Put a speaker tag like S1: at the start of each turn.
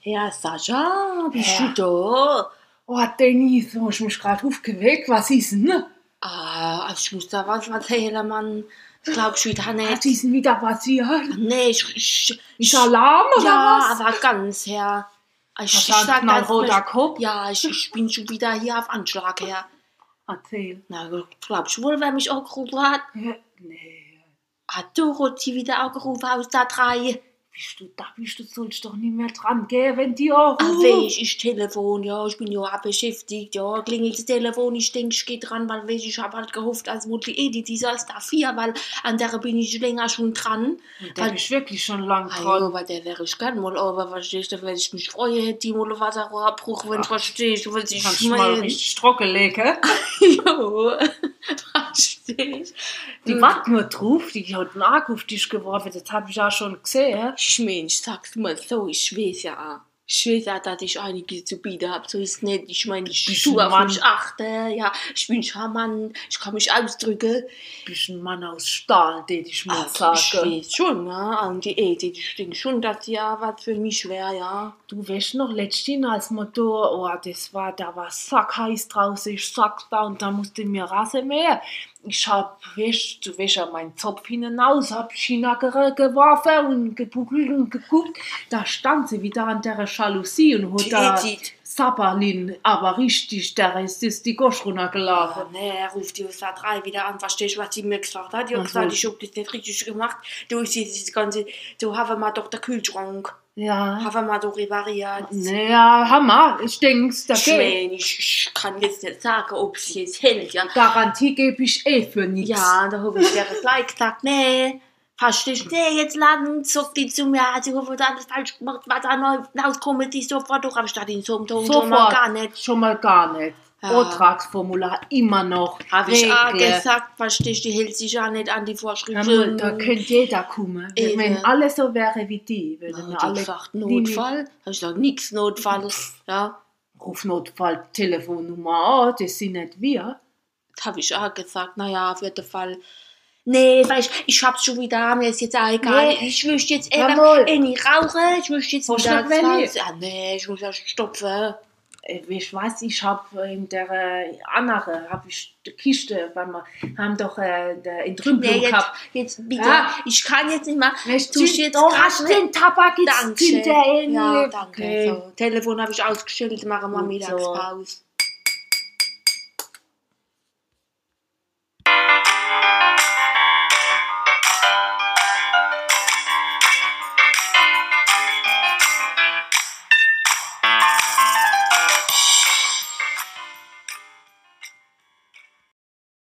S1: «Hä, hey, Sascha, bist du da?
S2: Oh, Dennis, du hast mich gerade aufgeweckt. Was ist denn?
S1: Ah, also ich muss da was erzählen, Mann. Ich glaube, ich wieder
S2: Was
S1: nicht.
S2: ist denn wieder passiert?
S1: Nee, ich... ich,
S2: Ist
S1: ich
S2: Alarm oder
S1: ja,
S2: was?
S1: aber ganz her. Ich,
S2: Was sagt
S1: sag
S2: mein
S1: ganz
S2: roter
S1: frech-
S2: Kopf?
S1: Ja, ich, ich bin schon wieder hier auf Anschlag her.
S2: Erzähl.
S1: Na, glaub ich wohl, wer mich angerufen hat.
S2: Ja, Nee,
S1: Hat Dorothee wieder angerufen aus der 3.
S2: bist du da? Bist du sollst doch nicht mehr dran gehen, wenn die auch.
S1: Ach, Ah, weisst, ich Telefon, ja, ich bin ja auch beschäftigt, ja, klingelt das Telefon, ich denke, ich gehe dran, weil weisst, ich habe halt gehofft, als wurde eh die Disaster 4, weil an der bin ich länger schon dran.
S2: Und Da
S1: Weil-
S2: bist du wirklich schon lang
S1: Ah,
S2: dran.
S1: ja, bei der wäre ich gern mal, aber verstehst du, wenn ich mich freue, hätte ich mal einen Wasserabbruch, wenn du
S2: Ach.
S1: verstehst, was oh, ich
S2: Kannst du mal
S1: meine.
S2: richtig trocken legen.
S1: Ja, verstehst Ah.
S2: Die warten nur drauf, die hat einen Arg auf dich geworfen. Das habe ich ja schon gesehen.
S1: Ich mein, ich sag's mal so, ich weiß ja auch. Ich weiß ja, dass ich einiges zu bieten hab. So ist nicht. Ich meine, ich
S2: Bist
S1: tue
S2: ein
S1: auf mich
S2: Mann.
S1: achte. Ja, ich bin charmant. Ich kann mich ausdrücken.
S2: Du bist ein Mann aus Stahl, den ich mal
S1: Also, ich
S2: sage.
S1: weiß schon, ja. Und die Edith, ich denke schon, dass ja was für mich wäre, ja.
S2: Du weißt noch, letztens als Motor, oh, das war, da war sackheiß draußen, ich sag's da und da musste ich mir Rasenmäher. Ich hab, weißt du, weißt ja, meinen Zopf hinaus, hab China geworfen und gebuckelt und geguckt. Da stand sie wieder an der Jalousie und hat
S1: Die
S2: da
S1: Edith.
S2: Sapperlin, aber richtig, der Rest ist die Gosch
S1: Aber
S2: runtergelaufen.
S1: nee, er ruft die USA 3 wieder an. Verstehst du, was sie mir gesagt hat? Die hat
S2: Ach so.
S1: gesagt, ich hab das nicht richtig gemacht. Du, ich seh das ganze, so haben wir doch den Kühlschrank.
S2: Ja.
S1: Haben wir doch repariert.
S2: Naja, Hammer, ich denk's, da
S1: Ich
S2: geht.
S1: mein, ich, ich kann jetzt nicht sagen, ob es jetzt hält, ja.
S2: Garantie gebe ich eh für nichts.
S1: Ja, da hab ich dir gleich gesagt, nee, verstehst du, nee, jetzt laden, sagt die zu mir, sie hat wieder alles falsch gemacht, was an rauskommt, die sofort durch, aber statt in so einem Ton, so mal
S2: Sofort.
S1: gar nicht.
S2: Schon mal gar nicht.
S1: Ja.
S2: Vortragsformular immer noch.
S1: Habe Ah. ich auch
S2: Regle.
S1: gesagt, verstehst du, die hält sich ja nicht an die
S2: Ja, Mann,
S1: Vorschriften.
S2: da könnte jeder kommen.
S1: Eben.
S2: Wenn alles so wäre wie Ah, die, würden
S1: Ja,
S2: wir
S1: die hat
S2: alle.
S1: gesagt,
S2: nie mit-
S1: Notfall, hab ich gesagt, nix Notfall, ja.
S2: Rufnotfall, Telefonnummer, oh, das sind nicht wir.
S1: habe ich auch gesagt, naja, auf jeden Fall. Nee, weil ich, ich hab's schon wieder, mir ist jetzt auch egal.
S2: Nee.
S1: Ich möchte jetzt
S2: Jawohl.
S1: einfach eh nicht rauchen, ich möchte jetzt
S2: Wo
S1: wieder
S2: stoppt man
S1: zwanzig-
S2: nicht?
S1: Ah, nee, ich muss ja stopfen.
S2: Äh, Ich weiß, ich habe in der äh, anderen, habe ich die Kiste, weil wir haben doch äh, der Entrümpelung
S1: Nee, jetzt,
S2: gehabt.
S1: jetzt bitte,
S2: Ja.
S1: ich kann jetzt nicht mehr.
S2: Weißt
S1: tust jetzt
S2: oh,
S1: grad
S2: hast
S1: nicht-
S2: den Tabak jetzt
S1: Danke.
S2: hinter
S1: Ja, danke.
S2: Okay.
S1: So, Telefon habe ich ausgeschaltet, machen wir
S2: Gut so.
S1: Mittagspause.